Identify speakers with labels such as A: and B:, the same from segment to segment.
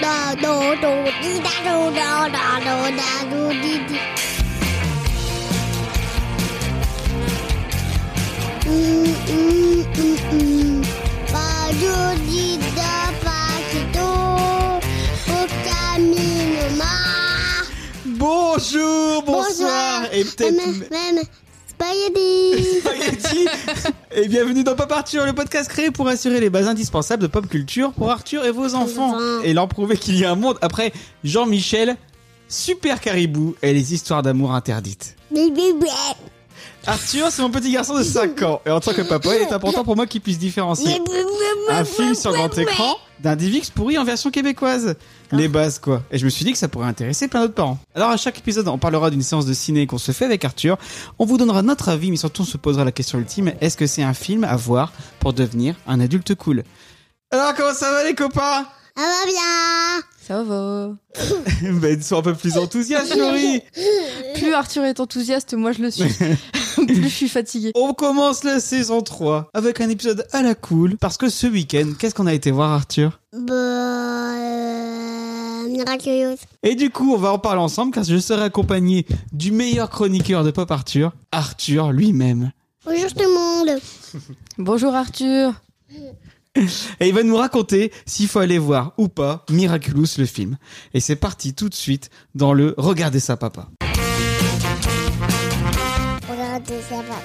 A: da do do di da do da da do da do di di. Mm, mm, mm, mm. Pas de di da pas de do. Au camino ma.
B: Bonjour, bonsoir, et peut-être
A: Même, même. Spaghetti.
B: spaghetti. et bienvenue dans Pop Arthur, le podcast créé pour assurer les bases indispensables de pop culture pour Arthur et vos enfants
A: enfants.
B: et leur prouver qu'il y a un monde après Jean-Michel, Super Caribou et les histoires d'amour interdites.
A: Bi, bi, bi.
B: Arthur, c'est mon petit garçon de 5 ans et en tant que papa, il est important pour moi qu'il puisse différencier un film sur grand écran d'un Divix pourri en version québécoise. Les bases, quoi. Et je me suis dit que ça pourrait intéresser plein d'autres parents. Alors, à chaque épisode, on parlera d'une séance de ciné qu'on se fait avec Arthur. On vous donnera notre avis, mais surtout, on se posera la question ultime est-ce que c'est un film à voir pour devenir un adulte cool Alors, comment ça va, les copains
A: Ça va bien.
C: Ça va.
B: Ben, sois un peu plus enthousiaste, Laurie
C: Plus Arthur est enthousiaste, moi je le suis. Plus je suis fatiguée.
B: On commence la saison 3 avec un épisode à la cool, parce que ce week-end, qu'est-ce qu'on a été voir, Arthur
A: Bah, euh, miraculeuse.
B: Et du coup, on va en parler ensemble car je serai accompagné du meilleur chroniqueur de Pop Arthur, Arthur lui-même.
A: Bonjour tout le monde.
C: Bonjour Arthur.
B: Et il va nous raconter s'il faut aller voir ou pas Miraculous le film. Et c'est parti tout de suite dans le Regardez ça papa.
A: Regardez, ça va.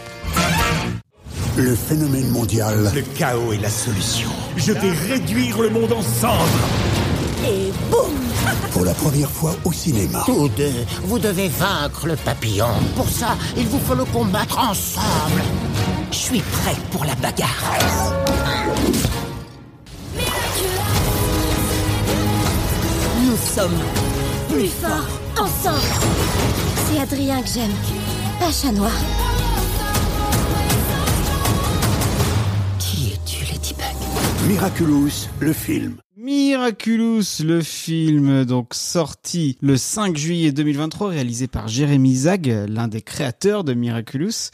D: Le phénomène mondial
E: Le chaos est la solution. Je vais réduire le monde en cendres.
D: pour la première fois au cinéma.
F: Tous deux, vous devez vaincre le papillon. Pour ça, il vous faut le combattre ensemble. Je suis prêt pour la bagarre.
G: Nous sommes plus forts ensemble. C'est Adrien que j'aime, pas chat noir.
F: Qui es-tu, Ladybug
D: Miraculous, le film.
B: Miraculous le film, donc sorti le 5 juillet 2023, réalisé par Jérémy Zag, l'un des créateurs de Miraculous.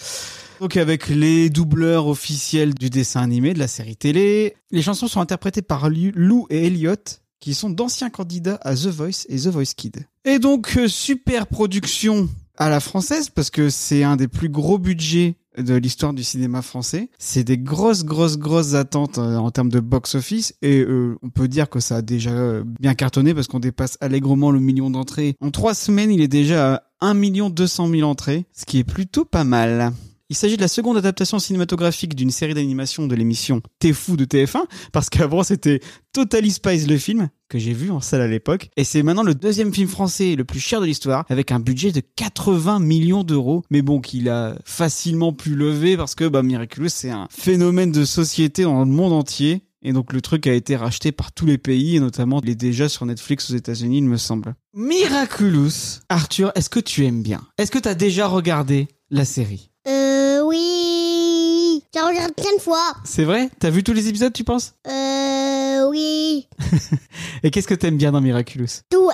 B: Donc avec les doubleurs officiels du dessin animé, de la série télé. Les chansons sont interprétées par Lu- Lou et Elliot, qui sont d'anciens candidats à The Voice et The Voice Kid. Et donc, euh, super production à la française, parce que c'est un des plus gros budgets de l'histoire du cinéma français. C'est des grosses, grosses, grosses attentes euh, en termes de box-office, et euh, on peut dire que ça a déjà euh, bien cartonné, parce qu'on dépasse allègrement le million d'entrées. En trois semaines, il est déjà à 1 200 000 entrées, ce qui est plutôt pas mal. Il s'agit de la seconde adaptation cinématographique d'une série d'animation de l'émission T'es fou de TF1, parce qu'avant c'était Totally Spies le film, que j'ai vu en salle à l'époque, et c'est maintenant le deuxième film français le plus cher de l'histoire, avec un budget de 80 millions d'euros, mais bon, qu'il a facilement pu lever parce que bah, Miraculous c'est un phénomène de société dans le monde entier, et donc le truc a été racheté par tous les pays, et notamment il est déjà sur Netflix aux États-Unis, il me semble. Miraculous Arthur, est-ce que tu aimes bien Est-ce que t'as déjà regardé la série
A: Euh, oui. Je la regarde plein de fois.
B: c'est vrai T'as vu tous les épisodes, tu penses
A: Euh, oui.
B: Et qu'est-ce que t'aimes bien dans Miraculous
A: Tout.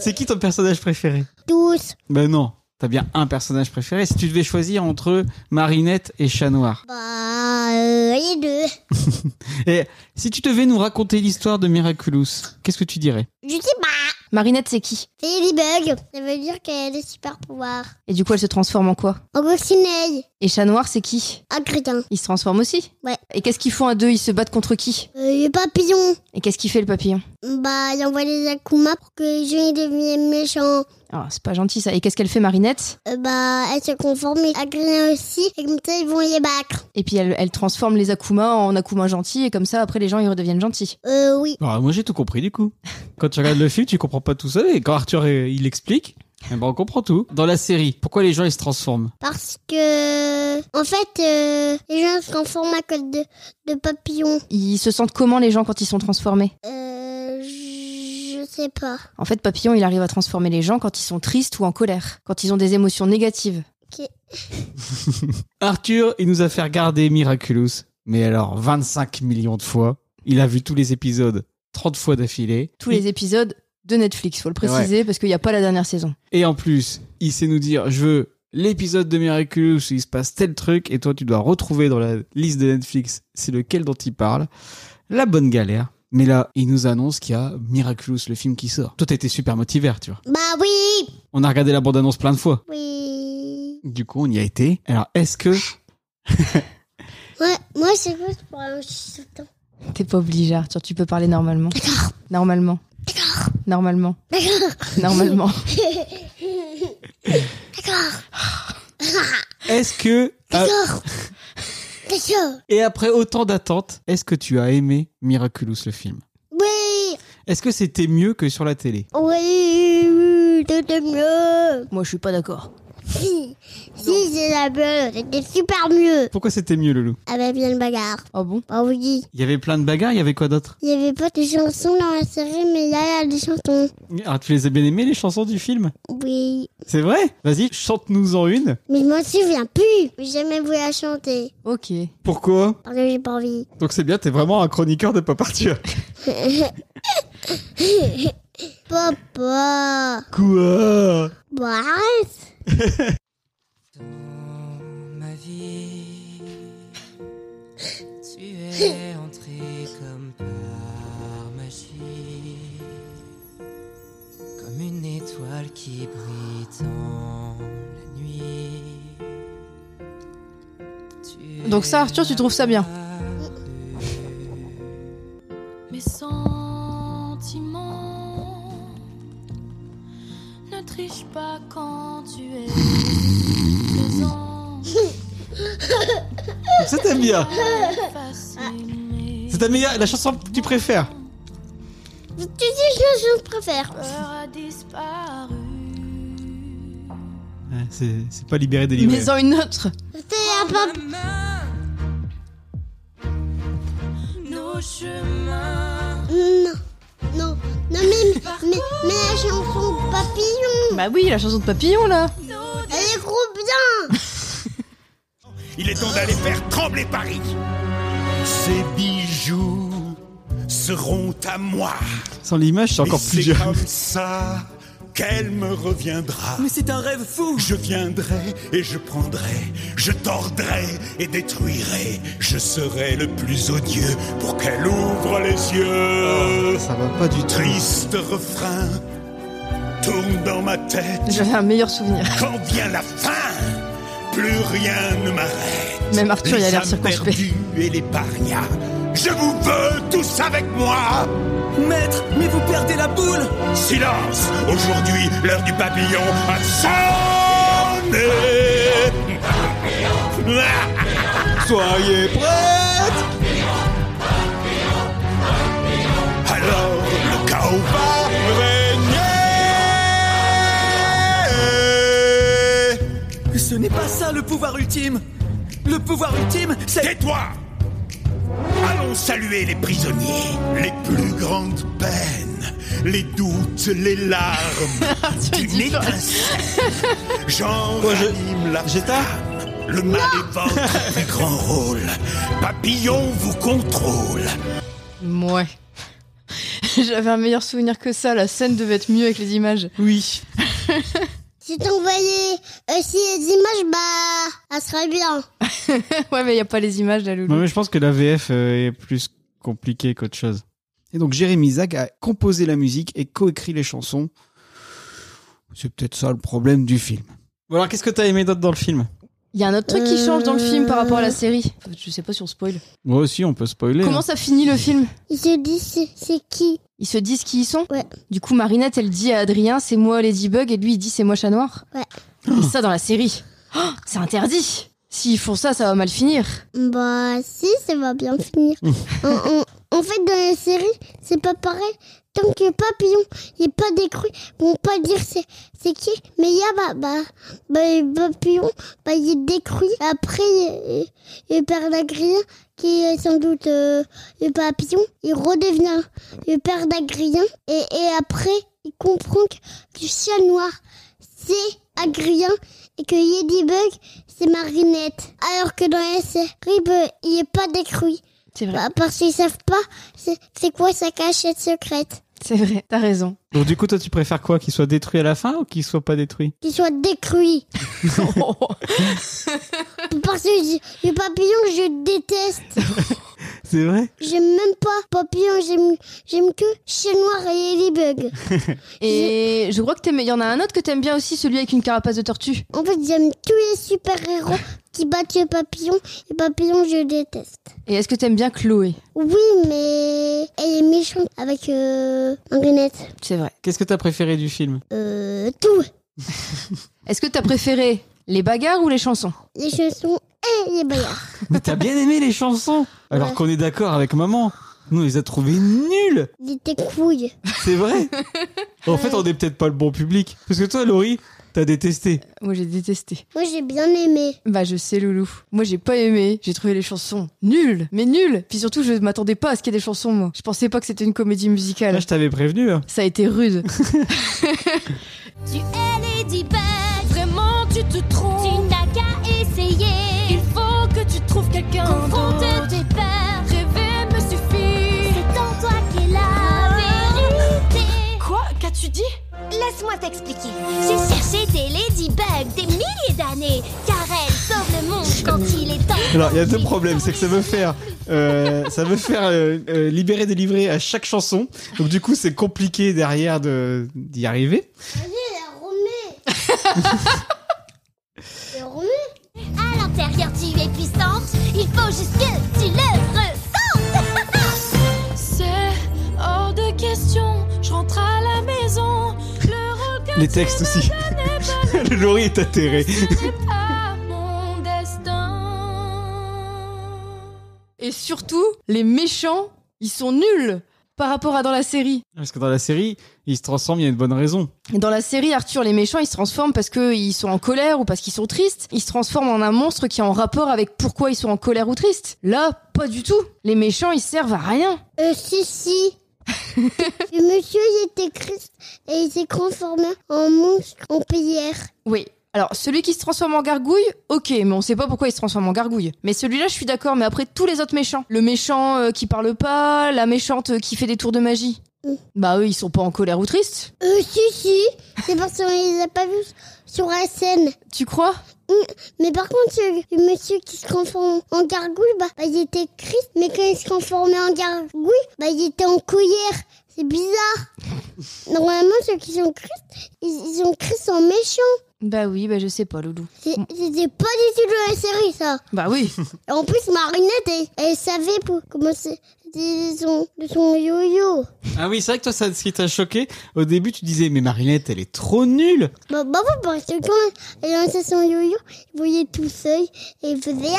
B: C'est qui ton personnage préféré
A: Tous.
B: Ben non, t'as bien un personnage préféré. Si tu devais choisir entre Marinette et Chat Noir,
A: Bah, euh, les deux.
B: et si tu devais nous raconter l'histoire de Miraculous, qu'est-ce que tu dirais
A: Je sais pas.
C: Marinette, c'est qui
A: C'est Ladybug. Ça veut dire qu'elle a des super pouvoirs.
C: Et du coup, elle se transforme en quoi
A: En coccinelle.
C: Et Chat Noir, c'est qui
A: Un crétin.
C: Il se transforme aussi
A: Ouais.
C: Et qu'est-ce qu'ils font à deux Ils se battent contre qui
A: Euh, le papillon.
C: Et qu'est-ce qu'il fait le papillon
A: Bah, il envoie des Akuma pour que les gens ils deviennent méchants.
C: Ah, c'est pas gentil ça. Et qu'est-ce qu'elle fait Marinette
A: Euh, bah, elle se conforme et Adrien aussi. Et comme ça, ils vont les battre.
C: Et puis elle, elle transforme les Akuma en Akuma gentils et comme ça après les gens ils redeviennent gentils.
A: Euh, oui.
B: Bah, Moi j'ai tout compris du coup. Quand tu regardes le film, tu comprends pas tout ça. Et quand Arthur euh, il explique, eh ben, on comprend tout. Dans la série, pourquoi les gens ils se transforment
A: Parce que, en fait, euh, les gens se conforment à cause de, de papillons.
C: Ils se sentent comment les gens quand ils sont transformés
A: Euh, je sais pas.
C: En fait, Papillon, il arrive à transformer les gens quand ils sont tristes ou en colère, quand ils ont des émotions négatives.
B: Arthur, il nous a fait regarder Miraculous. Mais alors, 25 millions de fois. Il a vu tous les épisodes 30 fois d'affilée.
C: Tous les épisodes de Netflix, faut le préciser, parce qu'il n'y a pas la dernière saison.
B: Et en plus, il sait nous dire, je veux l'épisode de Miraculous où il se passe tel truc, et toi tu dois retrouver dans la liste de Netflix, c'est lequel dont il parle. La bonne galère. Mais là, il nous annonce qu'il y a Miraculous, le film qui sort. Toi, t'étais super motivé, tu vois.
A: Bah oui
B: On a regardé la bande-annonce plein de fois.
A: Oui.
B: Du coup, on y a été. Alors, est-ce que...
A: Ouais, moi, c'est juste pour un petit temps.
C: T'es pas obligé, Arthur, tu peux parler normalement. Normalement. Normalement. Normalement.
A: D'accord.
B: Est-ce que... Ah,
A: D'accord. D'accord.
B: et après autant d'attentes, est-ce que tu as aimé Miraculous, le film
A: Oui.
B: Est-ce que c'était mieux que sur la télé
A: Oui. C'était mieux.
C: Moi, je suis pas d'accord.
A: Si, si c'est la mieux. C'était super mieux.
B: Pourquoi c'était mieux, Loulou
A: Avec bien le bagarre.
C: Oh bon
A: Bah oui.
B: Il y avait plein de bagarres, il y avait quoi d'autre
A: Il n'y avait pas de chansons dans la série, mais là, il y a des chansons.
B: Alors, Ah, tu les as bien aimées, les chansons du film
A: Oui.
B: C'est vrai Vas-y, chante-nous-en une.
A: Mais je m'en souviens plus. J'ai jamais voulu la chanter.
C: Ok.
B: Pourquoi
A: Parce que j'ai pas envie.
B: Donc c'est bien, t'es vraiment un chroniqueur de pas partir.
A: Papa.
B: Quoi
A: Bon, arrête.
H: ma vie. Tu es entré comme par magie, comme une étoile qui brille dans la nuit. Tu
C: Donc
H: es
C: ça, Arthur, tu trouves ça bien
I: Mes sentiments ne triche pas quand tu es présent.
B: Ça t'aime bien
I: Fasse aimer.
B: C'est ta meilleure, la chanson que tu préfères
A: Tu sais, je, je préfère.
I: Peur a disparu.
B: C'est pas libéré délivré.
C: Mais en une autre
A: C'est un peu.
I: Nos chemins.
A: Non. Non. Non, mais, mais, mais la chanson Papillon.
C: Bah oui, la chanson de Papillon, là
A: Elle est trop bien.
E: Il est temps d'aller faire trembler Paris. Ces bijoux seront à moi.
B: Sans l'image, c'est encore
E: Et
B: plus
E: C'est
B: dur.
E: comme ça qu'elle me reviendra.
H: Mais c'est un rêve fou
E: Je viendrai et je prendrai, je tordrai et détruirai. Je serai le plus odieux pour qu'elle ouvre les yeux.
B: Ça va pas du tout.
E: Triste refrain tourne dans ma tête.
C: J'avais un meilleur souvenir.
E: Quand vient la fin, plus rien ne m'arrête.
C: Même Arthur, il a
E: Les
C: l'air
E: âmes
C: circonspect.
E: perdues et les parias. Je vous veux tous avec moi.
H: Maître, mais vous perdez la boule
E: Silence Aujourd'hui, l'heure du papillon a sonné
B: Soyez prêts
E: Alors, le chaos va régner
H: Ce n'est pas ça le pouvoir ultime Le pouvoir ultime, c'est...
E: Tais-toi Allons saluer les prisonniers, les plus grandes peines, les doutes, les larmes, d'une étincelle. J'en
B: Quoi, je-
E: ranime la
B: j'ai tard
E: flamme. Le mal est votre plus grand rôle. Papillon vous contrôle.
C: Mouais. J'avais un meilleur souvenir que ça, la scène devait être mieux avec les images.
B: Oui.
A: Si t'envoyais aussi euh, les images, bah, ça serait bien.
C: ouais, mais y a pas les images, la
B: Non
C: loulou.
B: mais je pense que la VF euh, est plus compliquée qu'autre chose. Et donc Jérémy Zag a composé la musique et coécrit les chansons. C'est peut-être ça le problème du film. Bon alors qu'est-ce que t'as aimé d'autre dans le film
C: Y a un autre truc qui change dans le film par rapport à la série. Enfin, Je sais pas si on spoil.
B: Moi aussi on peut spoiler.
C: Comment ça finit le film
A: Ils se disent, c'est- c'est qui
C: Ils se disent qui ils sont
A: Ouais.
C: Du coup, Marinette, elle dit à Adrien, c'est moi Ladybug, et lui, il dit, c'est moi Chat Noir.
A: Ouais.
C: Et ça, dans la série. Oh, c'est interdit S'ils font ça, ça va mal finir.
A: Bah, si, ça va bien finir. en, en- en fait, dans la série, c'est pas pareil. Tant que papillon n'est pas décrit, ils vont pas dire c'est c'est qui. Mais il y a bah, bah, bah, le papillon, bah, il est décrit. Après, il, il- il perd la grille, qui est sans doute euh, le papillon. Il redevient le père d'Agrien. Et, et après, il comprend que le chat noir, c'est Agrien. Et que Yedibug, c'est Marinette. Alors que dans la série, bah, il n'est pas décrit.
C: C'est vrai.
A: Bah, parce qu'ils savent pas c'est c'est quoi sa cachette secrète.
C: C'est vrai, t'as raison.
B: Donc du coup toi tu préfères quoi Qu'il soit détruit à la fin ou qu'il soit pas détruit
A: Qu'il soit décrit. Bah, parce que je- le papillon, je déteste.
B: C'est vrai
A: J'aime même pas Papillon, j'aime, j'aime que Chien Noir et Ladybug.
C: Et je crois que t'aimes. Il y en a un autre que t'aimes bien aussi, celui avec une carapace de tortue.
A: En fait, j'aime tous les super-héros qui battent le papillon, et papillon, je déteste.
C: Et est-ce que t'aimes bien Chloé
A: Oui, mais elle est méchante avec euh, Henriette.
C: C'est vrai.
B: Qu'est-ce que t'as préféré du film
A: Euh, tout.
C: Est-ce que t'as préféré les bagarres ou les chansons
A: Les chansons et les bagarres.
B: Mais t'as bien aimé les chansons Alors
A: Ouais.
B: qu'on est d'accord avec maman nous, on les a trouvés nuls
A: Il était couille.
B: C'est vrai En fait, on est peut-être pas le bon public. Parce que toi, Laurie, t'as détesté.
C: Moi, j'ai détesté.
A: Moi, j'ai bien aimé.
C: Bah, je sais, Loulou. Moi, j'ai pas aimé. J'ai trouvé les chansons nulles, mais nulles. Puis surtout, je m'attendais pas à ce qu'il y ait des chansons, moi. Je pensais pas que c'était une comédie
B: Là,
C: musicale.
B: je t'avais prévenu. hein.
C: Ça a été rude.
I: Tu es Ladybug. Vraiment, tu te trompes. Tu n'as qu'à essayer. Il faut que tu trouves quelqu'un. Confronte tes peurs. Rêver me suffit. C'est en toi qu'est la vérité. Ah. Quoi Qu'as-tu dit
G: Laisse-moi t'expliquer. J'ai cherché des ladybugs des milliers d'années, car elles sauvent le monde quand il est temps.
B: Alors, il y a deux problèmes. C'est que ça veut faire, euh, ça veut faire euh, euh, libérer, délivrer à chaque chanson. Donc, du coup, c'est compliqué derrière de- d'y arriver.
A: La Romée. La Romée.
G: À l'intérieur, tu es puissante. Il faut juste que tu le ressentes.
I: C'est hors de question. Je rentre à la maison. Le regard
B: Les textes aussi. Laurie est atterrée.
I: n'est pas mon destin.
C: Et surtout, les méchants, ils sont nuls par rapport à dans la série.
B: Parce que dans la série, il se transforme, il y a une bonne raison.
C: Dans la série, Arthur, les méchants, ils se transforment parce qu'ils sont en colère ou parce qu'ils sont tristes. Ils se transforment en un monstre qui est en rapport avec pourquoi ils sont en colère ou tristes. Là, pas du tout. Les méchants, ils servent à rien.
A: Euh, si, si. Le monsieur, il était Christ et il s'est transformé en monstre en pierre.
C: Oui. Alors, celui qui se transforme en gargouille, ok, mais on sait pas pourquoi il se transforme en gargouille. Mais celui-là, je suis d'accord, mais après tous les autres méchants. Le méchant euh, qui parle pas, la méchante euh, qui fait des tours de magie.
A: Mm.
C: Bah, eux, ils sont pas en colère ou tristes.
A: Euh, si, si. C'est parce qu'on les a pas vus sur la scène.
C: Tu crois
A: Mais par contre, le, le monsieur qui se transforme en gargouille, bah, bah, il était Christ. Mais quand il se transformait en gargouille, bah, il était en cuillère. C'est bizarre. Normalement, ceux qui sont Christ, ils, ils ont Christ en méchant.
C: Bah oui, bah je sais pas, Loulou.
A: C'est- C'était pas du tout de la série, ça.
C: Bah oui.
A: Et en plus, Marinette, elle, elle savait pour- comment c'était son, de son yo-yo.
B: Ah oui, c'est vrai que toi, ça, ce qui t'a choqué, au début, tu disais, mais Marinette, elle est trop nulle.
A: Bah, bah oui, parce que quand elle lançait son yo-yo, il voyait tout seul et il faisait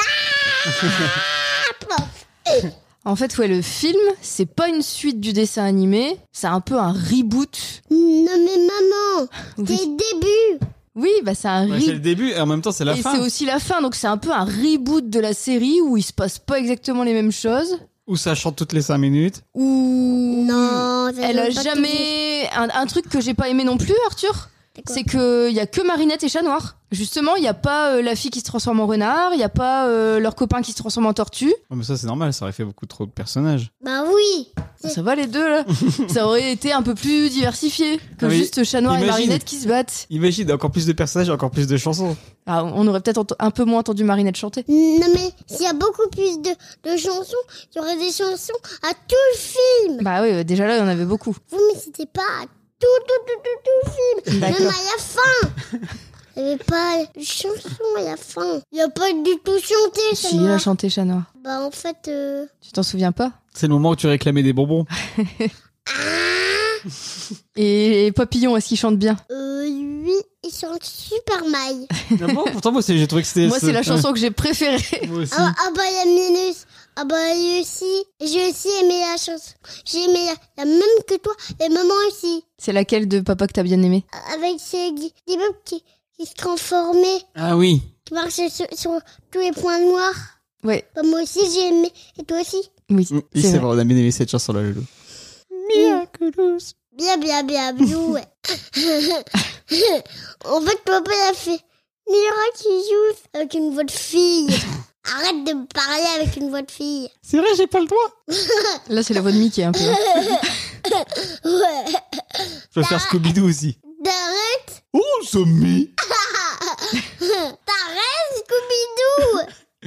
A: Ah Pof
C: En fait, ouais, le film, c'est pas une suite du dessin animé, c'est un peu un reboot.
A: Non, mais maman, c'est
C: Oui,
A: le début.
C: oui bah c'est un
B: Ouais, c'est le
C: reboot.
B: début, et en même temps, c'est la
C: Et
B: fin.
C: c'est aussi la fin, donc c'est un peu un reboot de la série où il se passe pas exactement les mêmes choses.
B: Où ça chante toutes les 5 minutes.
C: Où.
A: Non, ça
C: Elle a
A: donne pas tout.
C: jamais. Un, un truc que j'ai pas aimé non plus, Arthur,
A: C'est quoi
C: c'est qu'il y a que Marinette et Chat Noir. Justement, il y a pas euh, la fille qui se transforme en renard, il y a pas euh, leur copain qui se transforme en tortue.
B: Oh, mais ça, c'est normal, ça aurait fait beaucoup trop de personnages.
A: Bah oui.
C: Ça va les deux là Ça aurait été un peu plus diversifié que
B: Ah oui.
C: juste Chat Noir et
B: Imagine.
C: Marinette qui se battent.
B: Imagine, encore plus de personnages, encore plus de chansons.
C: Ah, on aurait peut-être ent- un peu moins entendu Marinette chanter.
A: Non, mais s'il y a beaucoup plus de, de chansons, il y aurait des chansons à tout le film.
C: Bah oui, euh, déjà là, il y en avait beaucoup.
A: Vous, mais c'était pas à tout, tout, tout, tout, tout le film.
C: D'accord.
A: Même à la fin. Il n'y avait pas de chansons à la fin. Il n'y a pas du tout chanté, ça.
C: Si, il a chanté Chat Noir.
A: Bah, en fait, euh,
C: Tu t'en souviens pas
B: C'est le moment où tu réclamais des bonbons.
C: et, et Papillon, est-ce qu'il chante bien
A: euh, lui, il chante super mal.
B: Ah bon Pourtant, moi, c'est- j'ai trouvé que c'était.
C: Moi, c'est la
B: Ouais,
C: chanson que j'ai préférée.
B: Moi aussi.
A: Ah, ah bah la minus. Ah bah lui aussi. J'ai aussi aimé la chanson. J'ai aimé la, la même que toi et maman aussi.
C: C'est laquelle de Papa que t'as bien aimé
A: Avec ces gui- des bobs qui, qui se transformaient,
B: Ah oui.
A: qui marchaient sur, sur tous les points noirs.
C: Ouais.
A: Bah, moi aussi j'ai aimé. Et toi aussi.
C: Oui,
B: Oui,
C: c'est
B: c'est
C: vrai.
B: vrai, on a bien aimé cette chanson-là, Loulou.
A: Bien, bien, bien, bien, ouais. en fait, papa l'a fait. Mira qui joue avec une voix de fille. Arrête de me parler avec une voix de fille.
B: C'est vrai, j'ai pas le droit.
C: Là, c'est la voix de Mickey un peu. hein.
A: Ouais.
B: Je vais
C: Ah.
B: faire Scooby-Doo aussi.
A: T'arrêtes,
B: Oh, Zombie
A: t'arrêtes, Scooby-Doo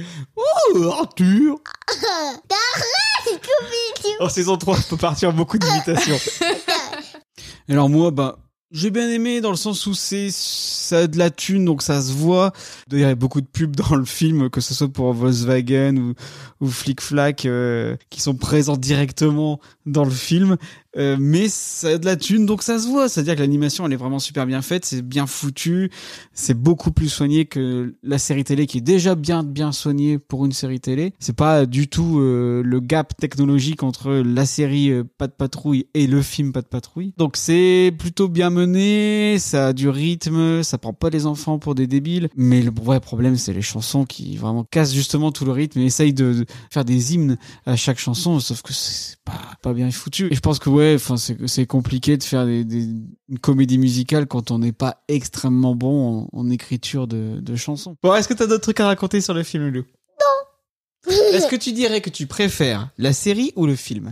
B: Oh, Arthur
A: T'arrêtes
B: En saison 3, on peut partir en beaucoup d'imitations. Alors moi, bah, j'ai bien aimé dans le sens où c'est ça a de la thune, donc ça se voit. D'ailleurs, il y a beaucoup de pubs dans le film, que ce soit pour Volkswagen ou, ou Flick Flack, euh, qui sont présents directement dans le film. Euh, mais ça a de la thune, donc ça se voit. C'est-à-dire que l'animation, elle est vraiment super bien faite, c'est bien foutu, c'est beaucoup plus soigné que la série télé qui est déjà bien bien soignée pour une série télé. C'est pas du tout euh, le gap technologique entre la série euh, Pas de patrouille et le film Pas de patrouille. Donc c'est plutôt bien mené, ça a du rythme, ça prend pas les enfants pour des débiles. Mais le vrai problème, c'est les chansons qui vraiment cassent justement tout le rythme et essayent de, de faire des hymnes à chaque chanson, sauf que c'est pas, pas bien foutu. Et je pense que ouais, enfin c'est c'est compliqué de faire des, des- une comédie musicale quand on n'est pas extrêmement bon en, en écriture de, de chansons. Bon, est-ce que t'as d'autres trucs à raconter sur le film, Lou Est-ce que tu dirais que tu préfères la série ou le film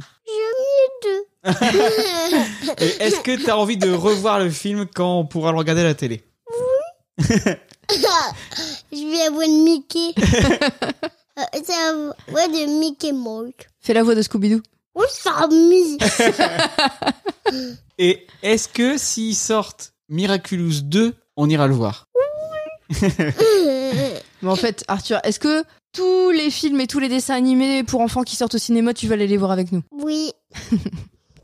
B: Et est-ce que t'as envie de revoir le film quand on pourra le regarder à la télé
A: Je vais avoir une Mickey. Euh, C'est la voix de Mickey Mouse.
C: Fais la voix de Scooby-Doo.
A: On s'amuse.
B: Et est-ce que s'ils sortent Miraculous 2, on ira le voir
C: Mais en fait, Arthur, est-ce que tous les films et tous les dessins animés pour enfants qui sortent au cinéma, tu vas aller les voir avec nous
A: Oui. Tous,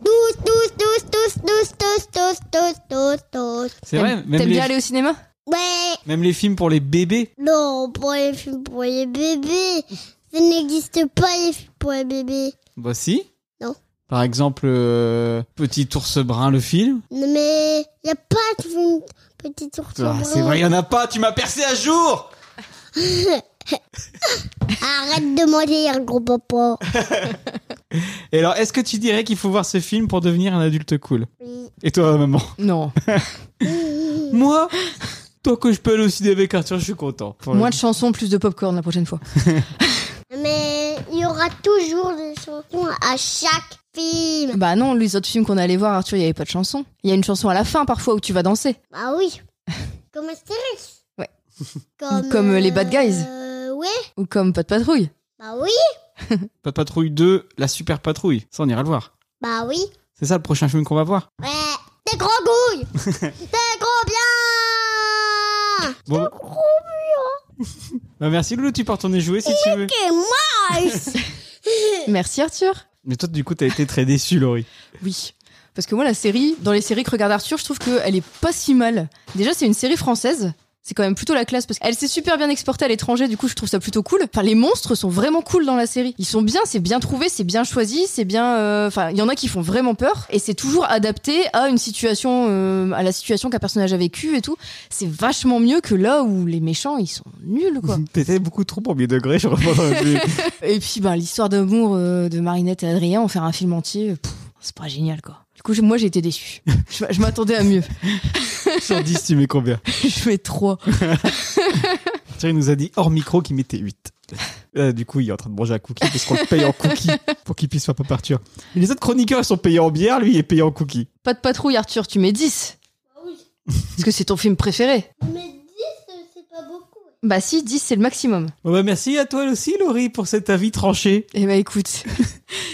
A: tous, tous, tous, tous, tous, tous, tous, tous, tous.
B: C'est vrai, même
C: T'aimes
B: les,
C: bien aller au cinéma
A: Ouais.
B: même les films pour les bébés.
A: Non, pour les films pour les bébés. Ça n'existe pas, les films pour les bébés.
B: Bah si.
A: Non.
B: Par exemple, euh, Petit ours brun, le film.
A: Non, mais il n'y a pas de film Petit ours
B: Ah, c'est
A: brun.
B: vrai, il y en a pas, tu m'as percé à jour
A: Arrête de manger, un gros papa.
B: Et alors, est-ce que tu dirais qu'il faut voir ce film pour devenir un adulte cool
A: Oui.
B: Et toi, maman
C: Non.
B: Moi Tant que je peux aller au ciné avec Arthur, je suis content. Pour le-
C: Moins de chansons, plus de popcorn la prochaine fois.
A: Mais il y aura toujours des chansons à chaque film.
C: Bah non, les autres films qu'on allait voir, Arthur, il n'y avait pas de chansons. Il y a une chanson à la fin parfois où tu vas danser.
A: Bah oui. Comme Astérix.
C: Ouais.
A: Comme,
C: Comme, euh, les Bad Guys.
A: Euh, ouais.
C: Ou comme Pas de patrouille.
A: Bah oui.
B: Pas de patrouille 2, la super patrouille. Ça, on ira le voir.
A: Bah oui.
B: C'est ça le prochain film qu'on va voir.
A: Ouais. Des gros gouilles. des gros bien.
B: Bon, bah- Bah, merci Loulou, tu pars tourner jouer si tu veux.
A: Que mouse.
C: Merci Arthur.
B: Mais toi, du coup, t'as été très déçu, Laurie.
C: Oui. Parce que moi, la série, dans les séries que regarde Arthur, je trouve qu'elle est pas si mal. Déjà, c'est une série française. C'est quand même plutôt la classe parce qu'elle s'est super bien exportée à l'étranger, du coup je trouve ça plutôt cool. Enfin, les monstres sont vraiment cool dans la série. Ils sont bien, c'est bien trouvé, c'est bien choisi, c'est bien. euh, Enfin, il y en a qui font vraiment peur et c'est toujours adapté à une situation, euh, à la situation qu'un personnage a vécu et tout. C'est vachement mieux que là où les méchants ils sont nuls quoi.
B: T'étais beaucoup trop premier degré, je reprends.
C: Et puis ben, l'histoire d'amour euh, de Marinette et Adrien, en faire un film entier, euh, pff, c'est pas génial quoi. Du coup, j'ai- moi j'ai été déçue. Je, je m'attendais à mieux.
B: Sur 10, tu mets combien
C: je mets 3.
B: Thierry nous a dit hors micro qu'il mettait 8. Euh, du coup, il est en train de manger un cookie parce qu'on le paye en cookie pour qu'il puisse faire pas partir. Mais les autres chroniqueurs, ils sont payés en bière, lui, il est payé en cookie.
C: Pas de patrouille, Arthur, tu mets 10. Parce que c'est ton film préféré.
A: Mais 10, c'est pas beaucoup.
C: Bah si, 10 c'est le maximum.
B: Bon, bah, merci à toi aussi, Laurie, pour cet avis tranché.
C: Eh bah écoute,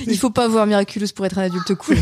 C: il faut pas voir Miraculous pour être un adulte cool.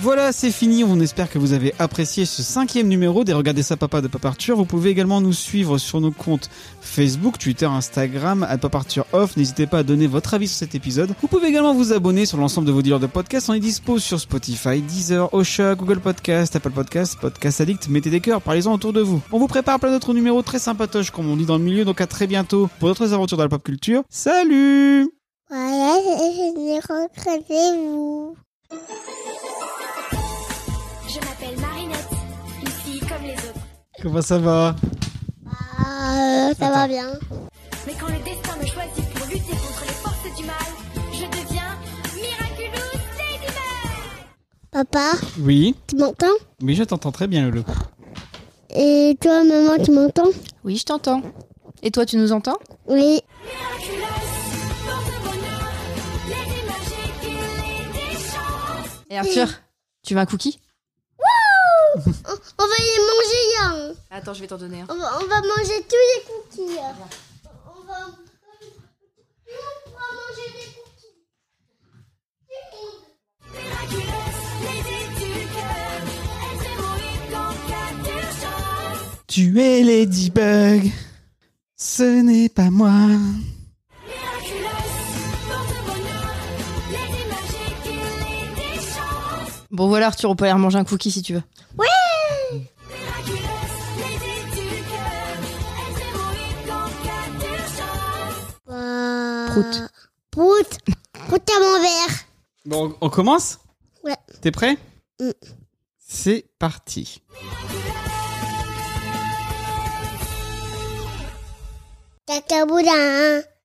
B: Voilà, c'est fini. On espère que vous avez apprécié ce cinquième numéro des Regardez ça papa de Papa Arthur. Vous pouvez également nous suivre sur nos comptes Facebook, Twitter, Instagram, à Papa Arthur Off. N'hésitez pas à donner votre avis sur cet épisode. Vous pouvez également vous abonner sur l'ensemble de vos dealers de podcasts. On est dispo sur Spotify, Deezer, Osha, Google Podcast, Apple Podcast, Podcast Addict. Mettez des cœurs, parlez-en autour de vous. On vous prépare plein d'autres numéros très sympatoches, comme on dit dans le milieu. Donc à très bientôt pour d'autres aventures dans la pop culture. Salut!
A: Voilà, je regrettez vous.
I: Je m'appelle Marinette, une fille comme les autres.
B: Comment ça va?
A: Ah, ça va bien.
I: Mais quand le destin me choisit pour lutter contre les forces du mal, je deviens Miraculous Ladybug
A: Papa,
B: Oui.
A: tu m'entends
B: Oui, je t'entends très bien, Lolo.
A: Et toi, maman, tu m'entends
C: oui, je t'entends. Et toi, tu nous entends
A: Oui.
I: Miraculous, porte bonheur, Lady Magique, il est des chances.
C: Et Arthur, tu veux un cookie
A: On va y manger, hein.
C: Attends, je vais t'en donner un.
A: on, va, on va manger tous les cookies. hein. On va...
B: Tu es Ladybug, ce n'est pas moi.
C: Bon voilà Arthur, on peut aller manger un cookie si tu veux.
A: Bah,
C: Prout.
A: Prout. Prout à mon verre.
B: Bon, on commence
A: Ouais.
B: T'es prêt
A: Mm.
B: C'est parti.
A: Cacaboulin.